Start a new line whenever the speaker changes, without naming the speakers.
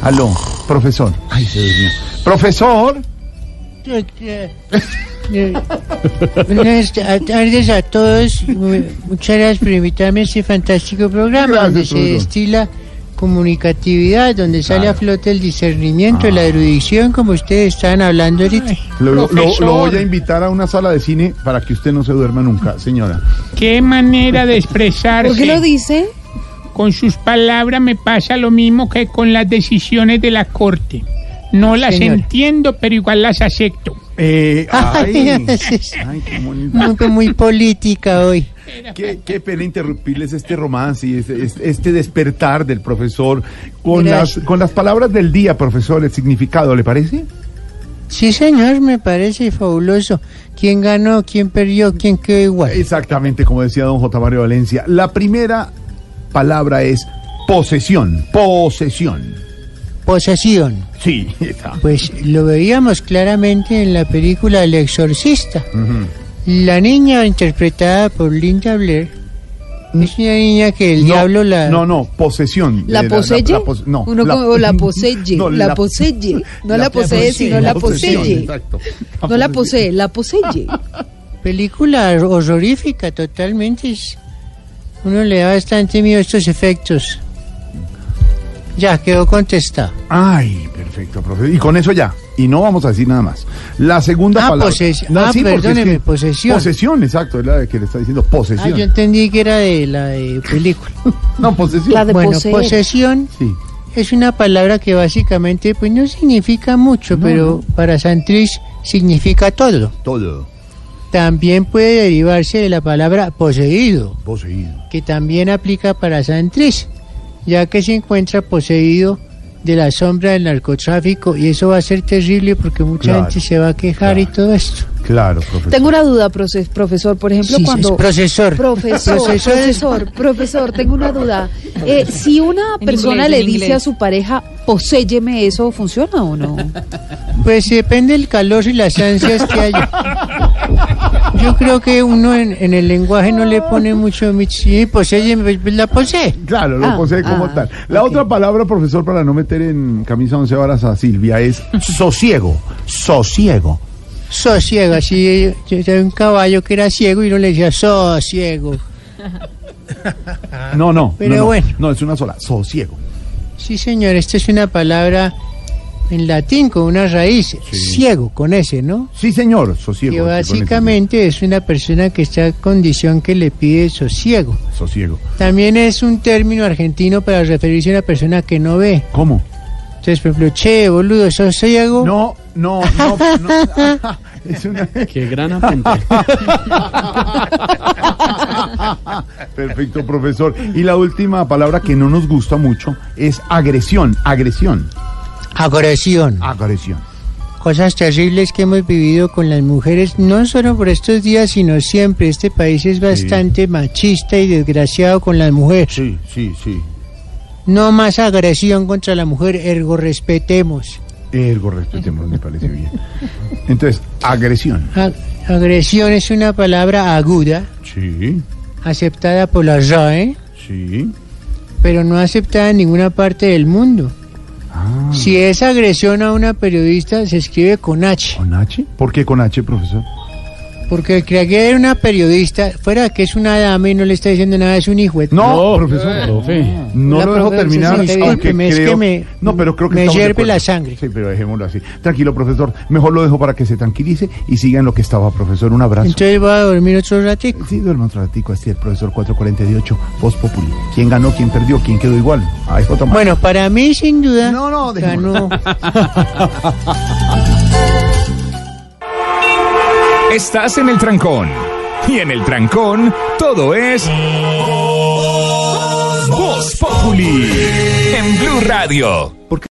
Aló, profesor. Ay, se durmió. Profesor.
Buenas ta- tardes a todos. Mu- Muchas gracias por invitarme a este fantástico programa
Gracias,
donde se
Bruno.
destila comunicatividad, donde sale a flote el discernimiento, la erudición, como ustedes estaban hablando ahorita.
Lo, lo-
Profesor.
lo voy a invitar a una sala de cine para que usted no se duerma nunca, señora.
Qué manera de expresarse.
¿Por qué lo dice?
Con sus palabras me pasa lo mismo que con las decisiones de la corte. No las
Señor.
entiendo, pero igual las acepto.
Eh, ay,
Es
ay, qué bonito.
Nunca muy política hoy.
Qué, qué pena interrumpirles este romance y este, este- este despertar del profesor con las,
Gracias.
con las palabras del día, profesor, el significado, ¿le parece?
Sí, señor, me parece fabuloso. ¿Quién ganó? ¿Quién perdió? ¿Quién quedó igual?
Exactamente como decía don J. Mario Valencia. La primera palabra es posesión. Posesión.
Posesión.
Sí, está.
Pues lo veíamos claramente en la película El Exorcista.
Ujú.
La niña interpretada por Linda Blair es una niña que el diablo la...
No, no, posesión.
¿La
Eh,
poseye?
pos- no,
Uno como- o la poseye,
No,
la poseye. No la posee, sino la poseye.
exacto.
Ah,
No la
pues,
posee, la poseye.
Película horrorífica totalmente. es- Uno le da bastante miedo a estos efectos. Ya, quedó contestado.
Ay, perfecto, profesor. Y con eso ya. Y no vamos a decir nada más. La segunda
Ah,
palabra.
poses-
No,
ah,
sí, porque es
perdóneme,
que-
posesión.
Posesión, exacto, es la de que le está diciendo
Ah,
posesión.
yo entendí que era de la de película.
No, posesión.
La de
bueno,
poseer.
posesión
Sí.
es una palabra que básicamente pues no significa mucho, pero para Santrich significa todo.
Todo.
También puede derivarse de la palabra poseído.
Poseído.
que también aplica para Santrich, ya que se encuentra poseído de la sombra del narcotráfico y eso va a ser terrible porque mucha
Claro,
gente se va a quejar y
claro.
todo esto.
Claro, profesor.
Tengo una duda, proces- profesor. Por ejemplo,
Sí, sí,
cuando.
es procesor.
Profesor,
Procesor.
profesor, profesor, tengo una duda. Eh, si una persona
inglés,
le
en
dice
inglés.
a su pareja, poséyeme, ¿eso funciona o no?
Pues depende del calor y las ansias que haya. Yo creo que uno en, en el lenguaje no le pone mucho, mi- sí, posee, pues, la posee.
Claro, lo
Ah,
posee como
ah,
tal. La otra palabra, profesor, para no meter en camisa once varas a Silvia, es sosiego. Sosiego.
Sosiego, así, eh, yo era un caballo que era ciego y no le decía sosiego.
No, no.
Pero
no, no.
bueno.
No, es una sola. Sosiego.
Sí, señor, esta es una palabra en latín con una raíz, ciego, con ese, ¿no?
Sí, señor. Sosiego.
que
se pone
básicamente es una persona que está en condición que le pide sosiego.
Sosiego.
También es un término argentino para referirse a una persona que no ve.
¿Cómo?
Entonces, por ejemplo, che, boludo, ¿sos ciego?
No, no, no. no. es una...
Qué gran apunte.
Perfecto, profesor. Y la última palabra que no nos gusta mucho es agresión. Agresión. Ah.
Agresión.
Agresión.
Cosas terribles que hemos vivido con las mujeres, no solo por estos días, sino siempre. Este país es bastante machista y desgraciado con las mujeres.
Sí, sí, sí.
No más agresión contra la mujer, ergo respetemos.
Ergo respetemos, me parece bien. Entonces, agresión.
Ag- agresión es una palabra aguda,
Sí,
aceptada por la RAE.
sí.
pero no aceptada en ninguna parte del mundo.
Ah.
Si es agresión a una periodista, se escribe con H,
¿Con H? ¿Por qué con H, profesor?
porque el que era una periodista, fuera que es una dama y no le está diciendo nada, es un hijo. de-
No, profesor.
Profe.
No
Hola,
lo dejo
eh, profe,
terminar,
sí, sí,
aunque
discúlpeme, es
creo-
que me-
no, pero creo que
me
estamos de
hierve la
acuerdo.
sangre.
Sí, pero dejémoslo así. Tranquilo, profesor. Mejor lo dejo para que se tranquilice y siga en lo que estaba, profesor. Un abrazo.
Entonces va a dormir otro ratito.
Sí, duerme otro ratico, así el profesor 448, Voz Populi. ¿Quién ganó, quién perdió, quién quedó igual? Ahí está Tomás.
Bueno, para mí sin duda
No, no, dejémoslo.
ganó.
Estás en el trancón. Y en el trancón, todo es. Voz Voz Populi en Blue Radio.